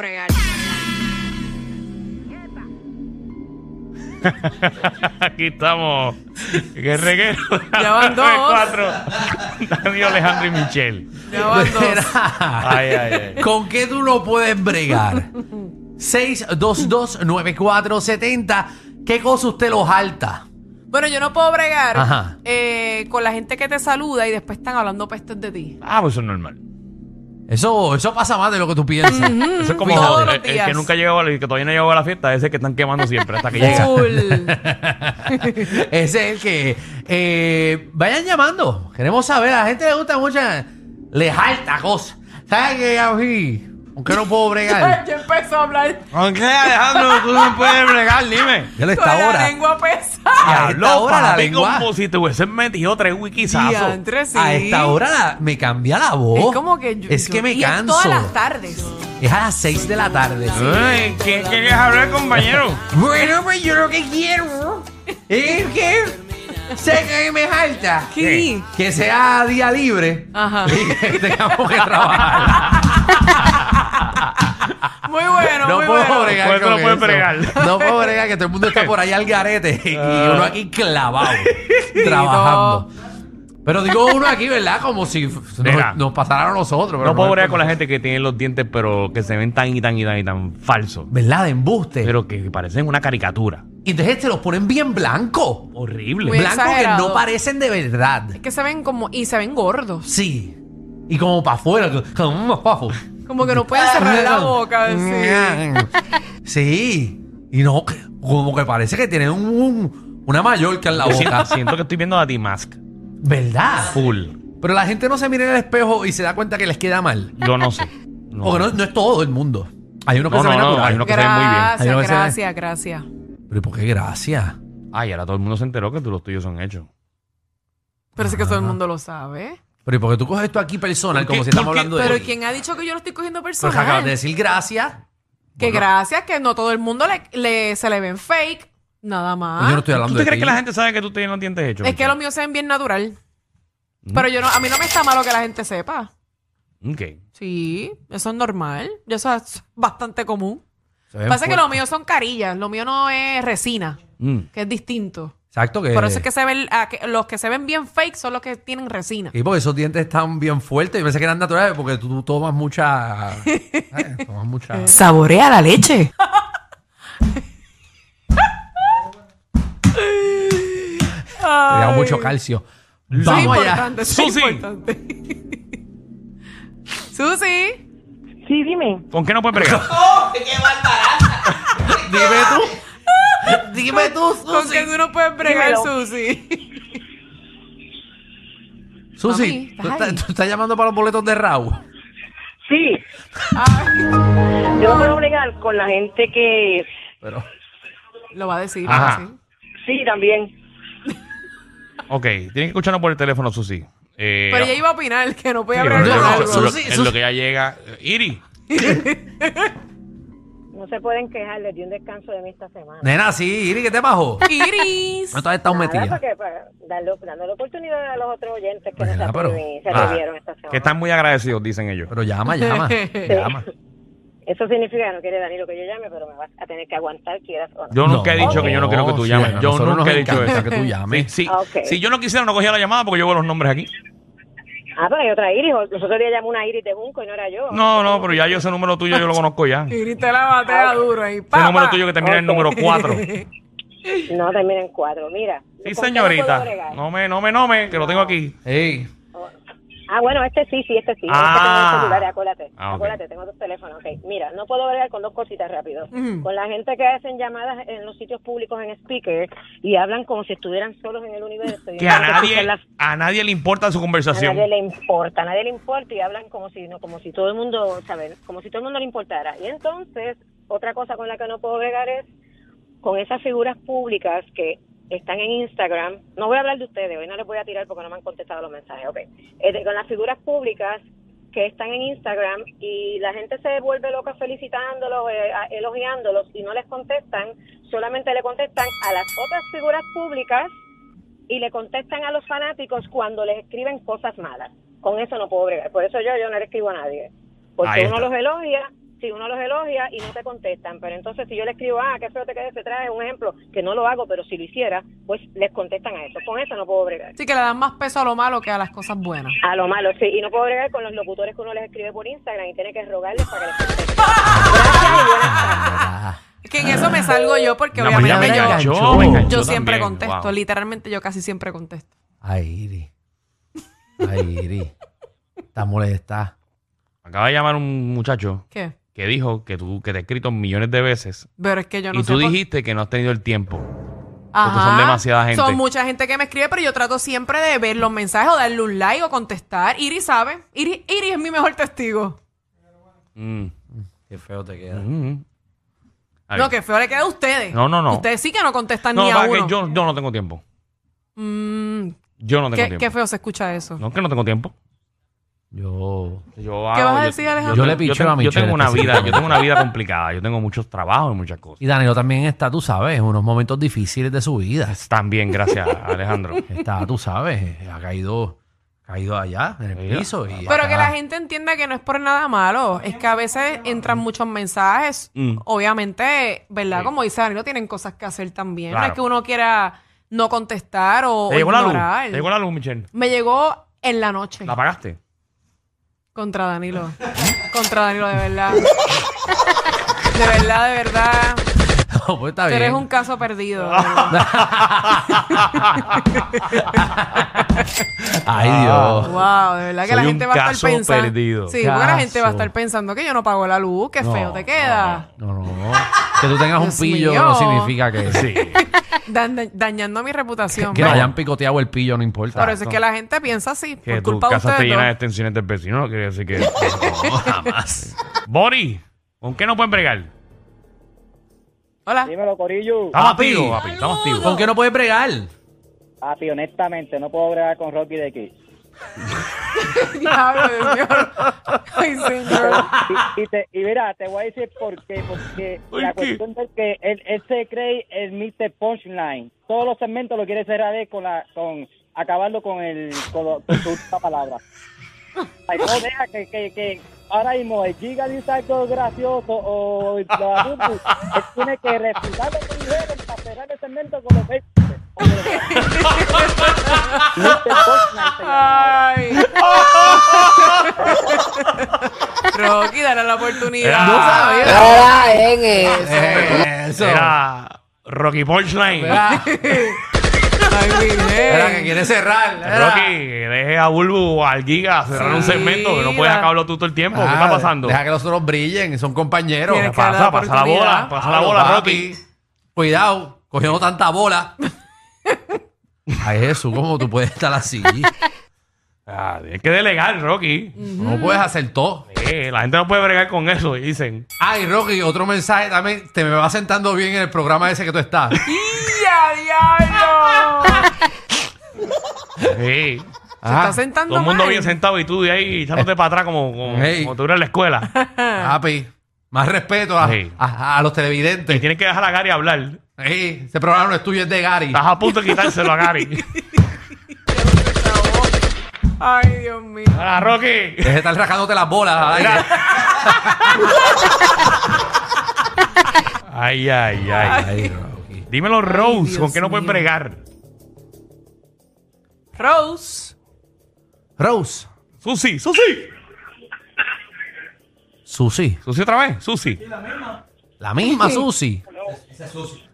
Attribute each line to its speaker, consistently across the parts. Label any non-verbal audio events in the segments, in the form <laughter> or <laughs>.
Speaker 1: real.
Speaker 2: <laughs> Aquí estamos. Que reguero.
Speaker 1: Ya van
Speaker 2: <laughs>
Speaker 1: dos.
Speaker 2: Cuatro. Dani, Alejandro y Michelle.
Speaker 1: Ya van dos.
Speaker 3: <laughs>
Speaker 2: Ay, ay, ay.
Speaker 3: ¿Con qué tú no puedes bregar? 6229470. ¿Qué cosa usted los alta?
Speaker 1: Bueno, yo no puedo bregar
Speaker 3: Ajá.
Speaker 1: eh, con la gente que te saluda y después están hablando pestes de ti.
Speaker 2: Ah, pues eso es normal.
Speaker 3: Eso, eso pasa más de lo que tú piensas.
Speaker 2: Eso es como
Speaker 1: Todos
Speaker 2: el,
Speaker 1: los
Speaker 2: el que
Speaker 1: días.
Speaker 2: nunca llegó, el que todavía no llegó a la fiesta, ese que están quemando siempre hasta que llega.
Speaker 3: <laughs>
Speaker 1: Full.
Speaker 3: Ese es el que. eh, vayan llamando. Queremos saber. A la gente le gusta mucho. Les alta cosa. ¿Sabes qué, Gaby? Aunque no puedo bregar.
Speaker 1: Yo empezó a hablar
Speaker 2: Aunque Alejandro, tú no puedes bregar, dime.
Speaker 3: Ya le
Speaker 1: con la lengua pesada.
Speaker 3: A esta hora la lengua.
Speaker 2: como si te hubiesen metido tres wikisazos.
Speaker 1: Diantre, sí.
Speaker 3: A esta hora la- me cambia la voz.
Speaker 1: Es como que yo-
Speaker 3: Es
Speaker 1: yo-
Speaker 3: que me
Speaker 1: y es
Speaker 3: canso.
Speaker 1: todas las tardes.
Speaker 3: Es a las 6 de la tarde.
Speaker 2: Ay, ¿Qué querías hablar, compañero?
Speaker 3: Bueno, pues yo lo que quiero es que sé que me jalta.
Speaker 1: Sí.
Speaker 3: Que sea día libre
Speaker 1: Ajá.
Speaker 3: y que tengamos
Speaker 1: <laughs>
Speaker 3: que trabajar.
Speaker 1: Muy bueno,
Speaker 3: No
Speaker 1: muy
Speaker 3: puedo
Speaker 1: bueno.
Speaker 3: bregar.
Speaker 2: Pues tú
Speaker 3: con
Speaker 2: no puedes
Speaker 3: eso.
Speaker 2: bregar. Ah.
Speaker 3: No puedo bregar, que todo el mundo está por ahí al garete y uno aquí
Speaker 1: <laughs>
Speaker 3: clavado, trabajando. Pero digo uno aquí, ¿verdad? Como si nos,
Speaker 2: Mira.
Speaker 3: nos pasara a nosotros. pero
Speaker 2: No puedo bregar
Speaker 3: es-
Speaker 2: con la gente que tiene los dientes, pero que se ven tan y tan y tan y tan falsos.
Speaker 3: ¿Verdad? De embuste.
Speaker 2: Pero que parecen una caricatura.
Speaker 3: Y entonces te los ponen bien blanco.
Speaker 2: Horrible.
Speaker 1: Muy
Speaker 3: Blanco que
Speaker 1: exagerado.
Speaker 3: no parecen de verdad.
Speaker 1: Es que se ven como. Y se ven gordos.
Speaker 3: Sí. Y como para afuera, co- como unos pafos.
Speaker 1: Como que no
Speaker 3: <laughs>
Speaker 1: pueden cerrar la boca. Sí.
Speaker 3: Sí. Y no, que- como que parece que tienen un, un- una mallorca en la
Speaker 2: Yo siento,
Speaker 1: <laughs>
Speaker 3: boca.
Speaker 2: siento que estoy viendo a D-Mask.
Speaker 3: ¿Verdad?
Speaker 2: Full.
Speaker 3: Pero la gente no se mira en el espejo y se da cuenta que les queda mal.
Speaker 2: Yo no
Speaker 3: <laughs>
Speaker 2: sé. No.
Speaker 3: Porque no, no es todo el mundo. Hay uno que
Speaker 2: No,
Speaker 3: se
Speaker 2: no,
Speaker 3: ve
Speaker 2: no,
Speaker 3: natural.
Speaker 2: hay uno que se ve muy bien.
Speaker 3: Ahí no
Speaker 1: Gracias,
Speaker 3: se ve.
Speaker 1: gracias, gracias.
Speaker 3: Pero ¿por qué gracia?
Speaker 2: Ay, ahora todo el mundo se enteró que tú los tuyos son hechos.
Speaker 1: Pero sí que todo el mundo lo sabe.
Speaker 3: Pero ¿y por qué tú coges esto aquí personal
Speaker 2: ¿Por qué?
Speaker 3: como si estamos
Speaker 2: ¿Por qué?
Speaker 3: hablando de...
Speaker 1: Pero ¿quién ha dicho que yo lo estoy cogiendo
Speaker 3: Pero que acabas de
Speaker 1: personal?
Speaker 3: decir gracia.
Speaker 1: Que gracias, que no todo el mundo le, le- se le ven fake. Nada
Speaker 3: Yo no
Speaker 1: más.
Speaker 3: estoy
Speaker 2: ¿Tú
Speaker 3: hablando
Speaker 2: te
Speaker 3: de
Speaker 2: crees
Speaker 3: ti.
Speaker 2: que la gente sabe que tú tienes los dientes hechos?
Speaker 1: Es que lo mío se ven bien natural. Pero yo no, a mí no me está malo que la gente sepa.
Speaker 2: Ok.
Speaker 1: Sí, eso es normal. Eso es bastante común.
Speaker 3: Se ven
Speaker 1: Pasa que
Speaker 3: fuertes.
Speaker 1: lo mío son carillas, lo mío no es resina,
Speaker 2: Mm.
Speaker 1: que es distinto.
Speaker 3: Exacto que...
Speaker 1: Por eso es que se ven, ah, que los que se ven bien fake son los que tienen resina.
Speaker 3: Y porque esos dientes están bien fuertes. Yo pensé que eran naturales porque tú, tú tomas mucha.
Speaker 1: <laughs>
Speaker 3: eh, tomas mucha.
Speaker 1: Saborea la leche.
Speaker 3: Te da mucho calcio.
Speaker 1: Eso es
Speaker 3: Vamos allá.
Speaker 1: importante, eso es
Speaker 2: Susi.
Speaker 1: importante. <laughs> Susi,
Speaker 4: Sí, dime.
Speaker 2: ¿Con qué no puedes
Speaker 3: <laughs>
Speaker 2: bregar?
Speaker 3: Dime tú. Dime tú,
Speaker 1: ¿con
Speaker 3: Susi.
Speaker 1: qué tú no puedes bregar,
Speaker 4: Dímelo.
Speaker 1: Susi? Mami,
Speaker 3: Susi,
Speaker 1: ¿estás
Speaker 3: ¿tú estás,
Speaker 1: ahí?
Speaker 3: tú estás llamando para los boletos de Raúl.
Speaker 4: Sí. Yo no puedo bregar con la gente que...
Speaker 3: Pero.
Speaker 1: Lo va a decir,
Speaker 2: Ajá.
Speaker 1: va a decir.
Speaker 4: Sí, también.
Speaker 2: ok, tienes que escucharnos por el teléfono, Susi. Eh,
Speaker 1: Pero ella iba a opinar que no podía
Speaker 2: sí,
Speaker 1: bregar
Speaker 2: pero
Speaker 3: no,
Speaker 1: con
Speaker 2: yo-
Speaker 3: no,
Speaker 1: algo.
Speaker 2: en lo-
Speaker 3: Susi,
Speaker 2: En lo
Speaker 3: Susi.
Speaker 2: que ya llega. eh, Iri.
Speaker 4: No se pueden quejar, les di un descanso de mí esta semana.
Speaker 3: Nena, sí, Iri, ¿qué te bajó?
Speaker 1: Iris.
Speaker 3: No estás estado
Speaker 4: Nada,
Speaker 3: metida.
Speaker 4: porque para darle, dando la oportunidad a los otros oyentes que
Speaker 3: Verdad,
Speaker 4: no se,
Speaker 3: pero-
Speaker 4: atrevi- se
Speaker 2: Ah,
Speaker 4: atrevieron esta semana.
Speaker 2: Que están muy agradecidos, dicen ellos.
Speaker 3: Pero llama,
Speaker 1: <laughs>
Speaker 3: llama. llama.
Speaker 4: Eso significa que no quiere Danilo que yo llame, pero me vas a tener que aguantar quieras o no.
Speaker 2: Yo nunca he dicho que yo no quiero que tú
Speaker 3: Oh, sí,
Speaker 2: llames.
Speaker 3: a
Speaker 2: yo
Speaker 3: nosotros
Speaker 2: nunca
Speaker 3: nos
Speaker 2: he dicho
Speaker 3: encanta
Speaker 2: eso.
Speaker 3: que tú
Speaker 2: Sí,
Speaker 3: llames.
Speaker 2: sí.
Speaker 4: Ah, ok.
Speaker 2: Si yo no quisiera, no cogía la llamada porque yo veo los nombres aquí.
Speaker 4: Ah, pero hay otra Iris. Los otros días llamó una Iris de Bunco y no era yo.
Speaker 2: No, no, pero ya yo ese número tuyo, yo lo conozco ya. Ese
Speaker 1: Iris te la batea duro ahí. pa,
Speaker 2: número
Speaker 1: pa.
Speaker 2: tuyo que termina en el número
Speaker 1: <laughs>
Speaker 2: 4.
Speaker 4: No, termina en cuatro. Mira. ¿con
Speaker 2: Sí,
Speaker 4: qué no puedo
Speaker 2: señorita.
Speaker 4: bregar?
Speaker 2: No me, no me, no me, que lo tengo aquí.
Speaker 3: Ey,
Speaker 4: Ah, bueno, este sí, sí, este sí. Este
Speaker 2: Ah.
Speaker 4: tengo el celular, acuérdate.
Speaker 2: Ah, ok.
Speaker 4: Acuérdate, tengo tu teléfono. Ok, mira, no puedo bregar con dos cositas rápido.
Speaker 1: Mm.
Speaker 4: Con la gente que hacen llamadas en los sitios públicos en speaker y hablan como si estuvieran solos en el universo. Y
Speaker 1: <laughs>
Speaker 2: Que a
Speaker 4: no
Speaker 2: nadie,
Speaker 4: escuchan las-
Speaker 2: a nadie le importa su
Speaker 4: a
Speaker 2: conversación.
Speaker 4: nadie le importa, a nadie le importa y hablan como si no, como si todo el mundo, ¿sabes? Como si todo el mundo le importara. Y entonces, otra cosa con la que no puedo bregar es con esas figuras públicas que están en Instagram. No voy a hablar de ustedes, hoy no les voy a tirar porque no me han contestado los mensajes, ok. Eh, de- con las figuras públicas que están en Instagram y la gente se vuelve loca felicitándolos, eh, a- elogiándolos y no les contestan, solamente le contestan a las otras figuras públicas y le contestan a los fanáticos cuando les escriben cosas malas. Con eso no puedo bregar. Por eso yo, yo no le escribo a nadie. Porque
Speaker 2: Ahí
Speaker 4: uno
Speaker 2: está.
Speaker 4: los elogia si uno los elogia y no te contestan. Pero entonces, si yo le escribo, ah, qué feo te quedé ese traje, un ejemplo, que no lo hago, pero si lo hiciera, pues les contestan a eso. Con eso no puedo bregar.
Speaker 1: Sí, que le dan más peso a lo malo que a las cosas buenas.
Speaker 4: A lo malo, sí. Y no puedo bregar con los locutores que uno les escribe por Instagram y tiene que rogarles para que les
Speaker 1: <laughs>
Speaker 4: contesten. Gracias y buenas tardes.
Speaker 3: Ah,
Speaker 1: Que en eso me salgo yo porque
Speaker 2: No,
Speaker 3: mañana
Speaker 1: obviamente
Speaker 3: Ah, pues me
Speaker 1: yo,
Speaker 3: enganchó,
Speaker 1: yo
Speaker 3: me
Speaker 2: enganchó
Speaker 1: siempre
Speaker 2: también,
Speaker 1: contesto.
Speaker 2: wow.
Speaker 1: Literalmente yo casi siempre contesto.
Speaker 3: Ay, Iri. Ay, Iri. Está molesta.
Speaker 2: Acaba de llamar un muchacho
Speaker 1: ¿Qué?
Speaker 2: que dijo que tú que te he escrito millones de veces
Speaker 1: Pero es que yo no
Speaker 2: y
Speaker 1: sé
Speaker 2: tú
Speaker 1: por-
Speaker 2: dijiste que no has tenido el tiempo.
Speaker 1: Ajá.
Speaker 2: son demasiada gente.
Speaker 1: Son mucha gente que me escribe, pero yo trato siempre de ver los mensajes o darle un like o contestar. Iri sabe. Iri, Iri es mi mejor testigo.
Speaker 2: Mm.
Speaker 3: Qué feo te queda.
Speaker 2: Mm. Ay.
Speaker 1: No, que feo le queda a ustedes.
Speaker 2: No, no, no.
Speaker 1: Ustedes sí que no contestan
Speaker 2: No,
Speaker 1: ni
Speaker 2: lo que
Speaker 1: a
Speaker 2: pasa es
Speaker 1: uno.
Speaker 2: que yo, yo no tengo tiempo.
Speaker 1: Mm,
Speaker 2: Yo no tengo
Speaker 1: qué,
Speaker 2: tiempo.
Speaker 1: qué feo se escucha eso.
Speaker 2: No, que no tengo tiempo.
Speaker 3: Yo.
Speaker 1: ¿Qué
Speaker 2: Yo hago-
Speaker 1: vas a
Speaker 2: yo-
Speaker 1: decir, Alejandro?
Speaker 3: Yo le picheo
Speaker 2: tengo-
Speaker 3: a
Speaker 2: Yo
Speaker 3: Michelle
Speaker 2: tengo una
Speaker 3: este
Speaker 2: vida,
Speaker 3: semana.
Speaker 2: yo tengo una vida complicada. Yo tengo muchos trabajos y muchas cosas.
Speaker 3: Y Danilo también está, tú sabes, en unos momentos difíciles de su vida.
Speaker 2: También,
Speaker 1: <laughs>
Speaker 2: gracias, Alejandro.
Speaker 3: Está, tú sabes, ha caído, ha caído allá, en el
Speaker 2: Mira.
Speaker 3: piso. Y
Speaker 1: Pero que
Speaker 3: acá.
Speaker 1: la gente entienda que no es por nada malo, es que a veces entran muchos mensajes,
Speaker 2: Mm.
Speaker 1: obviamente, ¿verdad?
Speaker 2: Sí.
Speaker 1: Como dice Danilo, tienen cosas que hacer también, no
Speaker 2: Claro.
Speaker 1: es que uno quiera no contestar o, o
Speaker 2: ¿Te llegó la luz?
Speaker 1: ignorar.
Speaker 2: ¿Te llegó la luz, Michelle?
Speaker 1: Me llegó en la noche
Speaker 2: ¿La ¿Mm? apagaste?
Speaker 1: contra Danilo, contra Danilo, de
Speaker 2: <laughs>
Speaker 1: verdad. de verdad, de verdad,
Speaker 3: <laughs> No, pues está
Speaker 1: tú
Speaker 3: bien.
Speaker 1: eres un caso perdido.
Speaker 2: <laughs>
Speaker 1: de verdad.
Speaker 3: Ay, Dios.
Speaker 1: wow, de verdad que
Speaker 2: Soy
Speaker 1: la
Speaker 2: un
Speaker 1: gente va a
Speaker 2: caso
Speaker 1: estar pensando.
Speaker 2: perdido.
Speaker 1: Sí, porque la gente va a
Speaker 3: Caso.
Speaker 1: estar pensando que yo no pago la luz, qué feo te queda.
Speaker 3: No, no, no. Que tú tengas
Speaker 1: Dios
Speaker 3: un pillo
Speaker 1: mío.
Speaker 3: no significa que,
Speaker 2: Sí.
Speaker 1: Da- da- dañando mi reputación.
Speaker 3: que
Speaker 1: ¿verdad?
Speaker 3: te hayan picoteado el pillo, no importa.
Speaker 1: Por eso es que la gente piensa así,
Speaker 2: que
Speaker 1: por
Speaker 2: tu
Speaker 1: culpa de
Speaker 2: casa te
Speaker 1: ustedes.
Speaker 2: llena de
Speaker 1: dos.
Speaker 2: extensiones del vecino, no quiere decir que...
Speaker 3: <laughs> No, jamás.
Speaker 2: Bori, ¿con qué no pueden bregar? Ah.
Speaker 1: Hola.
Speaker 5: Dímelo, Corillo.
Speaker 2: Estamos
Speaker 3: Papi.
Speaker 2: activos, papi. Estamos activos.
Speaker 3: ¿Con qué no puedes bregar?
Speaker 5: Papi, honestamente, no puedo bregar con Rocky de
Speaker 2: <laughs>
Speaker 5: aquí.
Speaker 1: <laughs> Diablo, Dios mío. Ay,
Speaker 6: <laughs>
Speaker 1: señor.
Speaker 5: Y, y te- y mira, te voy a decir por qué. Porque
Speaker 2: Ah. <laughs> ¿Por
Speaker 5: la
Speaker 2: qué?
Speaker 5: cuestión es que él, él se cree el Mr. Punchline. Todos los segmentos lo quiere cerrar él con la, con acabando con el con, lo- con su
Speaker 2: <laughs>
Speaker 5: última palabra. Ay, no deja que, que, que ahora mismo el Giga dice algo gracioso o el Baruco, él tiene que refutarlo con dinero para cerrar el segmento con los chistes. Con los-
Speaker 6: Este
Speaker 5: Mr. Punchline se llama.
Speaker 1: Ay. <laughs> Rocky, dale la oportunidad.
Speaker 2: Era-
Speaker 3: Eso.
Speaker 2: Era Rocky Punchline.
Speaker 3: Era,
Speaker 1: Ay, mi
Speaker 3: era que
Speaker 1: nene.
Speaker 3: quiere cerrar. era.
Speaker 2: Rocky, que deje a Bulbu, al Giga, cerrar un
Speaker 1: Sí,
Speaker 2: segmento que no puedes
Speaker 1: va.
Speaker 2: acabarlo tú todo el tiempo. ¿Qué
Speaker 3: Ah,
Speaker 2: está pasando?
Speaker 3: Deja que los otros brillen, son compañeros.
Speaker 1: Tienes que darle
Speaker 2: Pasa,
Speaker 1: la
Speaker 2: pasa la bola,
Speaker 1: oportunidad.
Speaker 2: pasa la bola, Rocky.
Speaker 3: Cuidado, cogiendo tanta bola. Ay, Jesús, ¿cómo tú puedes estar así?
Speaker 2: Ah, tienes que delegar, Rocky.
Speaker 3: No puedes hacer todo.
Speaker 2: Eh, la gente no puede bregar con eso, dicen.
Speaker 3: Ay, Rocky, otro mensaje también. Te me va sentando bien en el programa ese que tú estás.
Speaker 1: ¡Ya, diablo!
Speaker 2: Sí.
Speaker 1: Se
Speaker 3: Ah,
Speaker 1: está sentando
Speaker 2: Ah, Todo el mundo
Speaker 1: mal.
Speaker 2: bien sentado y tú de ahí echándote para atrás como, como,
Speaker 3: Ey.
Speaker 2: como tú eras en la escuela.
Speaker 3: Papi, más respeto a,
Speaker 2: Sí.
Speaker 3: a- a los
Speaker 2: Y
Speaker 3: televidentes.
Speaker 2: tienes que dejar a Gary hablar.
Speaker 3: Ey, ese programa no es tuyo, es de Gary.
Speaker 2: Estás a punto de quitárselo
Speaker 1: <laughs>
Speaker 2: a Gary.
Speaker 1: Ay, Dios mío.
Speaker 2: ¡Ah, Rocky!
Speaker 3: Deja de estar rascándote las bolas. al aire.
Speaker 2: <laughs> Ay, ay, ay.
Speaker 3: Ay, Rocky.
Speaker 2: Dímelo, Rose,
Speaker 1: Dios
Speaker 2: ¿con qué no puedes
Speaker 1: mío.
Speaker 2: bregar?
Speaker 1: Rose.
Speaker 3: Rose,
Speaker 2: Susi, Susi.
Speaker 3: Susi,
Speaker 2: Susi otra vez, Susi.
Speaker 3: la misma Susi.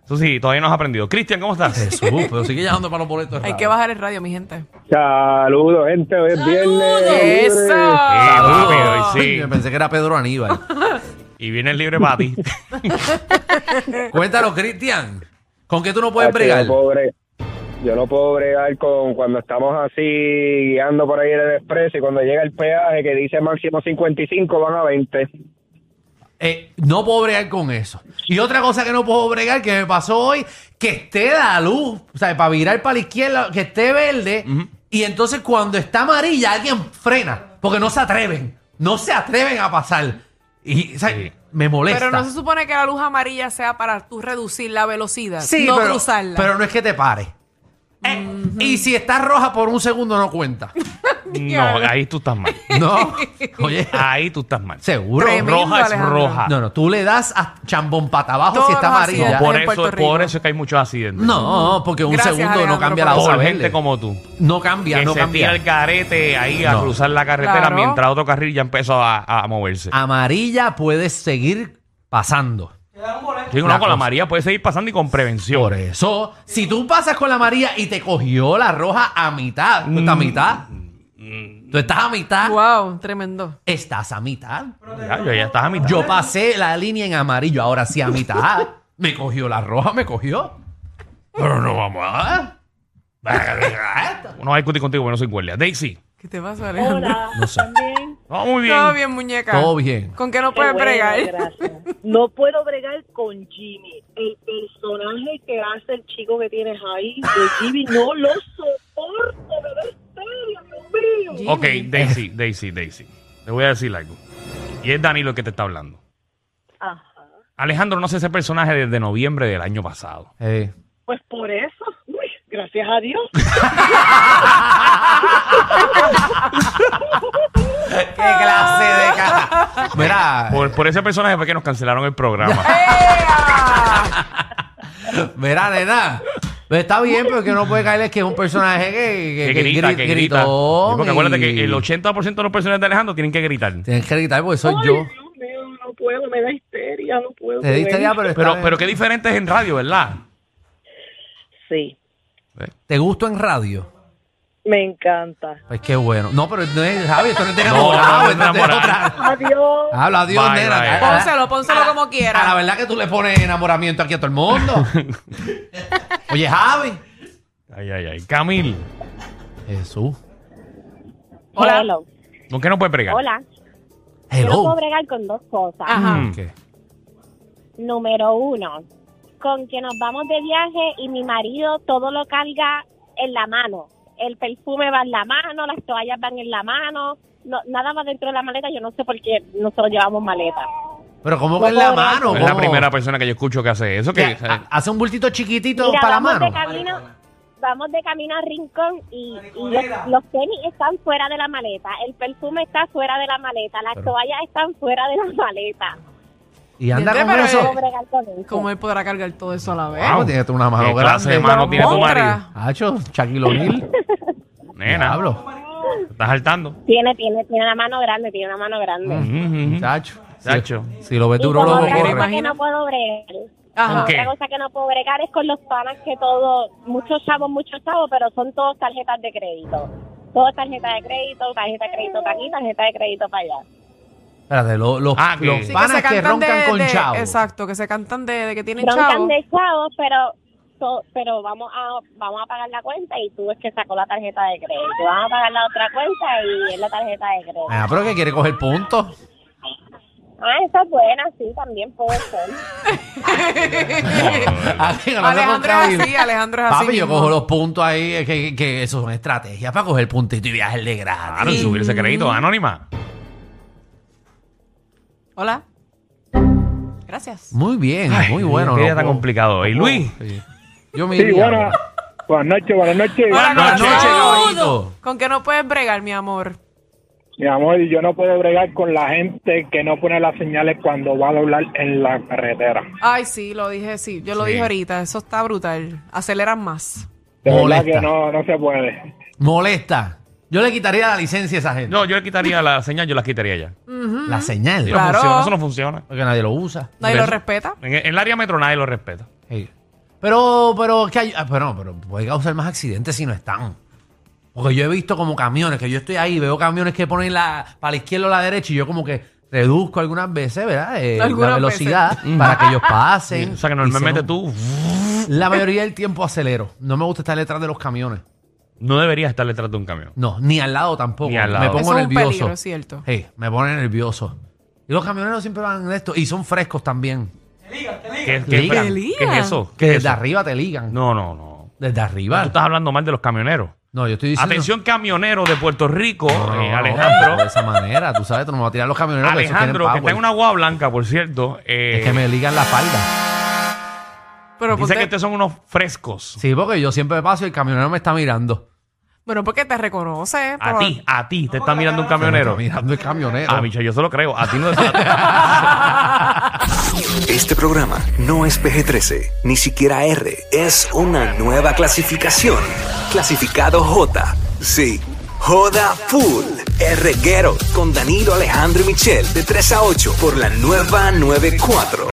Speaker 2: Susi, todavía no has aprendido. Cristian, ¿cómo estás?
Speaker 3: Jesús, pero sigue llamando para los boletos.
Speaker 1: Hay
Speaker 3: raros.
Speaker 1: que bajar el radio, mi gente.
Speaker 6: Saludos, gente. Hoy es viernes. libre.
Speaker 1: ¡Eso!
Speaker 2: papi, Eh, hoy sí.
Speaker 3: Yo pensé que era
Speaker 1: <laughs>
Speaker 3: Pedro Aníbal.
Speaker 2: Y viene el libre para
Speaker 3: <laughs>
Speaker 2: ti.
Speaker 3: Cuéntanos, Cristian. ¿Con qué tú no puedes
Speaker 6: Hacho, yo
Speaker 3: bregar?
Speaker 6: no puedo bre- Yo no puedo bregar con cuando estamos así guiando por ahí en el expreso y cuando llega el peaje que dice máximo 55 van a 20.
Speaker 3: Eh, no puedo bregar con eso. Y otra cosa que no puedo bregar que me pasó hoy, que esté la luz, o sea, para virar para la izquierda, que esté verde, y entonces cuando está amarilla alguien frena, porque no se atreven, no se atreven a pasar. Y o sea,
Speaker 2: Sí.
Speaker 3: me molesta.
Speaker 1: Pero no se supone que la luz amarilla sea para tú reducir la velocidad,
Speaker 3: Sí,
Speaker 1: no
Speaker 3: pero,
Speaker 1: cruzarla.
Speaker 3: pero no es que te pare. Eh, Y si está roja por un segundo no cuenta.
Speaker 2: No, ahí tú estás mal. <laughs>
Speaker 3: No. Oye,
Speaker 2: Ahí tú estás mal.
Speaker 3: seguro.
Speaker 1: Tremendo,
Speaker 2: roja es
Speaker 1: Alejandro.
Speaker 2: roja.
Speaker 3: No, no, tú le das a chambón pata abajo
Speaker 1: Todos
Speaker 3: si está
Speaker 1: los
Speaker 2: No,
Speaker 3: amarilla.
Speaker 1: accidentes.
Speaker 2: por,
Speaker 1: En Puerto
Speaker 2: eso,
Speaker 1: Rico.
Speaker 2: por eso es que hay muchos accidentes.
Speaker 3: No, porque un
Speaker 1: Gracias,
Speaker 3: segundo no
Speaker 1: Alejandro,
Speaker 3: cambia la
Speaker 1: por
Speaker 3: osa
Speaker 2: Por
Speaker 3: verde.
Speaker 2: gente como tú.
Speaker 3: No cambia,
Speaker 2: que
Speaker 3: no
Speaker 2: se tira
Speaker 3: cambia.
Speaker 2: el carete ahí a
Speaker 3: No.
Speaker 2: cruzar la carretera
Speaker 1: Claro.
Speaker 2: mientras otro carril ya empezó a, a moverse.
Speaker 3: Ah, Amarilla puedes seguir pasando.
Speaker 2: Sí, uno
Speaker 3: la
Speaker 2: con la
Speaker 3: cosa.
Speaker 2: María puede seguir pasando y con prevención.
Speaker 3: Por eso, si tú pasas con la amarilla y te cogió la roja a mitad,
Speaker 2: Pues Mm.
Speaker 3: tú estás a mitad. Tú estás a mitad.
Speaker 1: Wow, tremendo.
Speaker 3: Estás a mitad.
Speaker 2: Ya, yo ya estaba a mitad.
Speaker 3: Yo pasé la línea en amarillo, ahora sí
Speaker 2: <laughs>
Speaker 3: a mitad. me cogió la roja, me cogió. Ah, Pero no vamos a.
Speaker 2: No va a discutir contigo porque no soy guardia. Daisy.
Speaker 1: ¿Qué te pasa, Alejandro?
Speaker 4: Hola,
Speaker 3: No sé.
Speaker 4: también.
Speaker 2: No, muy bien.
Speaker 1: Todo bien, muñeca.
Speaker 3: Todo bien.
Speaker 1: ¿Con qué no
Speaker 4: Qué
Speaker 1: puedes
Speaker 4: bueno,
Speaker 1: bregar?
Speaker 4: gracias. No puedo bregar con Jimmy. El personaje que hace el chico que tienes ahí de Jimmy no lo soporto, pero en serio, Dios mío.
Speaker 2: Ok,
Speaker 1: Jimmy.
Speaker 2: Daisy, Daisy, Daisy. Te voy a decir algo. Y es Danilo el que te está hablando.
Speaker 4: Ajá.
Speaker 2: Alejandro no sé ese personaje desde noviembre del año pasado.
Speaker 3: Eh,
Speaker 4: Pues por eso, uy, gracias a Dios.
Speaker 3: ¡Qué clase de caja! Mira,
Speaker 2: Por, por ese personaje fue que nos cancelaron el programa.
Speaker 3: Ah,
Speaker 1: ¡Ea!
Speaker 3: mira, nena. Pero Está bien, pero que no puede caerle que es un personaje que, que-
Speaker 2: Que
Speaker 3: que
Speaker 2: grita,
Speaker 3: gri-
Speaker 2: que grita.
Speaker 3: gritón
Speaker 2: Sí, Porque acuérdate
Speaker 3: y-
Speaker 2: que el 80% de los personajes de Alejandro tienen que gritar.
Speaker 3: Tienes que gritar porque soy
Speaker 4: Ay,
Speaker 3: yo.
Speaker 4: Dios mío, no puedo, me da histeria, no puedo.
Speaker 3: Te diste
Speaker 4: con
Speaker 3: ya,
Speaker 4: él.
Speaker 3: pero, está
Speaker 2: Pero,
Speaker 3: bien.
Speaker 2: pero qué diferente es en radio, ¿verdad?
Speaker 4: Sí,
Speaker 3: ¿Te gusto en radio?
Speaker 4: me encanta.
Speaker 3: Pues qué bueno. No, pero no es, Javi, esto no es de
Speaker 2: No,
Speaker 3: enamorado,
Speaker 2: no es
Speaker 3: esto es de
Speaker 2: enamorado.
Speaker 3: otra.
Speaker 4: Adiós.
Speaker 3: Habla Dios,
Speaker 2: Bye,
Speaker 3: nena.
Speaker 2: bye.
Speaker 3: A- a-
Speaker 1: Pónselo, pónselo como
Speaker 3: ah, A la
Speaker 1: quieras.
Speaker 3: verdad que tú le pones enamoramiento aquí a todo el mundo. Oye, Javi.
Speaker 2: Ay, ay, ay. Camil,
Speaker 3: Jesús.
Speaker 1: Hola.
Speaker 2: ¿con qué no puedes pregar?
Speaker 7: Hola, yo no puedo
Speaker 3: Hello.
Speaker 7: bregar con dos cosas.
Speaker 1: Ajá.
Speaker 3: ¿Qué?
Speaker 7: Número uno, con que nos vamos de viaje y mi marido todo lo carga en la mano. El perfume va en la mano, las toallas van en la mano, no- nada más dentro de la maleta. Yo no sé por qué nosotros llevamos maleta.
Speaker 3: Pero ¿cómo que en la mano?
Speaker 2: No es la
Speaker 3: ¿Cómo?
Speaker 2: primera persona que yo escucho que hace eso.
Speaker 3: Que
Speaker 2: Que,
Speaker 3: ha- Hace un bultito chiquitito
Speaker 7: Mira,
Speaker 3: para la
Speaker 7: vamos
Speaker 3: mano.
Speaker 7: de camino, vamos de camino al rincón y, y los, los tenis están fuera de la maleta, el perfume está fuera de la maleta, las
Speaker 3: Pero-
Speaker 7: toallas están fuera de la maleta.
Speaker 3: Y anda
Speaker 1: Vente,
Speaker 3: con
Speaker 1: pero
Speaker 3: eso.
Speaker 7: ¿Cómo bregar con eso?
Speaker 1: ¿Cómo él podrá cargar todo eso a la vez?
Speaker 3: Vamos, tiene una
Speaker 2: ¿Qué
Speaker 3: mano
Speaker 2: clase de
Speaker 3: grande.
Speaker 2: mano tiene tu
Speaker 1: Otra.
Speaker 2: marido?
Speaker 3: Hacho, Shaquille O'Neal.
Speaker 2: Nena,
Speaker 3: Hablo.
Speaker 2: te estás saltando.
Speaker 7: Tiene, tiene, tiene una mano grande, tiene una mano grande.
Speaker 3: Chacho. Si-
Speaker 2: Chacho.
Speaker 3: Si lo ves
Speaker 7: Y
Speaker 3: Pues duro,
Speaker 7: como
Speaker 3: lo
Speaker 7: otra
Speaker 1: corre.
Speaker 7: cosa
Speaker 3: corre.
Speaker 7: que
Speaker 1: Imagina.
Speaker 7: no puedo bregar.
Speaker 1: Ajá.
Speaker 2: ¿Con qué?
Speaker 7: Otra cosa que no puedo bregar es con los panas que todo, muchos chavos, muchos chavos, pero son todos tarjetas de crédito. Todos tarjetas de crédito, tarjeta de crédito para aquí, tarjeta de crédito para allá.
Speaker 3: Espérate, lo- los,
Speaker 2: Ah, que-
Speaker 3: los
Speaker 2: Sí, que
Speaker 3: panas que,
Speaker 1: cantan
Speaker 3: roncan
Speaker 1: de-
Speaker 3: con
Speaker 1: de-
Speaker 3: chavo.
Speaker 1: Exacto, que se cantan de, de que tienen chavo.
Speaker 7: Broncan de chavos, pero to- pero vamos a vamos a pagar la cuenta y tú es que sacó la tarjeta de crédito. Vamos a pagar la otra cuenta y es la tarjeta de crédito.
Speaker 3: Ah, pero que quiere coger
Speaker 1: <laughs>
Speaker 3: <laughs> puntos.
Speaker 7: Ah, esa es buena, sí, también puede ser.
Speaker 1: <laughs> Alejandro es así, Alejandro es así.
Speaker 3: Papi, yo
Speaker 1: mismo.
Speaker 3: cojo los puntos ahí, es que, que- que eso son estrategias para coger puntito y viajes de gratis.
Speaker 2: Claro, y subir ese crédito anónima.
Speaker 1: Hola. Gracias.
Speaker 3: Muy bien,
Speaker 2: Ay,
Speaker 3: muy bueno.
Speaker 2: Qué día
Speaker 3: ¿no?
Speaker 2: tan complicado. Y Luis,
Speaker 3: Sí. Yo me
Speaker 6: Sí,
Speaker 3: iría.
Speaker 6: buena- buenas noches, buenas noches.
Speaker 2: Buenas
Speaker 1: Buenas
Speaker 2: noches.
Speaker 1: noches,
Speaker 3: caballito.
Speaker 1: Con que no puedes bregar, mi amor.
Speaker 6: Mi amor, yo no puedo bregar con la gente que no pone las señales cuando va a doblar en la carretera.
Speaker 1: Ay, sí, lo dije, sí. Yo lo
Speaker 2: Sí.
Speaker 1: dije ahorita. Eso está brutal. Aceleran más.
Speaker 6: De
Speaker 3: Molesta.
Speaker 6: verdad que no, no se puede.
Speaker 3: Molesta. Yo le quitaría la licencia a esa gente.
Speaker 2: no, yo le quitaría la señal, yo la quitaría ya.
Speaker 3: La
Speaker 1: Mm.
Speaker 3: señal.
Speaker 2: Eso no
Speaker 1: Claro.
Speaker 2: funciona, eso no funciona.
Speaker 3: Porque nadie lo usa.
Speaker 1: Nadie lo
Speaker 2: Por eso.
Speaker 1: respeta.
Speaker 2: En, en el área metro nadie lo respeta.
Speaker 3: Sí. Pero, pero, que hay- ah, pero, pero puede causar más accidentes si no están. Porque yo he visto como camiones, que yo estoy ahí, veo camiones que ponen la, para la izquierda o la derecha y yo como que reduzco algunas veces, ¿verdad? Eh, la
Speaker 1: Algunas
Speaker 3: velocidad
Speaker 1: <laughs>
Speaker 3: para que ellos pasen.
Speaker 2: O sea que
Speaker 3: y
Speaker 2: normalmente
Speaker 3: se-
Speaker 2: tú
Speaker 3: La mayoría del tiempo acelero. No me gusta estar detrás de los camiones.
Speaker 2: no deberías estar detrás de un camión.
Speaker 3: No, ni al lado tampoco.
Speaker 2: Ni al lado.
Speaker 3: Me pongo
Speaker 1: Eso es un
Speaker 3: nervioso.
Speaker 1: peligro, es cierto.
Speaker 3: Sí, me pone nervioso. Y los camioneros siempre van de esto. Y son frescos también.
Speaker 2: ¿Qué, qué,
Speaker 3: Liga.
Speaker 2: espera,
Speaker 1: Liga.
Speaker 2: ¿qué es eso?
Speaker 3: Que
Speaker 2: ¿Qué es
Speaker 3: desde
Speaker 2: eso?
Speaker 3: arriba te ligan.
Speaker 2: No, no, no.
Speaker 3: Desde
Speaker 2: Tú
Speaker 3: arriba.
Speaker 2: estás hablando mal de los camioneros.
Speaker 3: No, yo estoy diciendo.
Speaker 2: Atención camioneros de Puerto Rico,
Speaker 3: No, no,
Speaker 2: eh,
Speaker 3: no,
Speaker 2: Alejandro.
Speaker 3: De esa manera, tú sabes, tú no me vas a tirar los camioneros. que esos tienen
Speaker 2: Alejandro, que está
Speaker 3: power.
Speaker 2: en una agua blanca, por cierto. eh,
Speaker 3: Es que me ligan la falda.
Speaker 1: Pero
Speaker 2: Dice que
Speaker 1: ponte-
Speaker 2: estos son unos frescos.
Speaker 3: Sí, porque yo siempre paso y el camionero me está mirando.
Speaker 1: Bueno, porque te reconoce.
Speaker 2: A
Speaker 1: por-
Speaker 2: ti, a ti, te está mirando un camionero.
Speaker 3: Me está mirando el camionero.
Speaker 2: A mí, yo se lo creo. A ti no te
Speaker 8: Este programa no es PG-13, ni siquiera R. Es una nueva clasificación. Clasificado J. Sí. Joda Full. R. Guerrero con Danilo Alejandro y Michel de 3 a 8 por la nueva 94.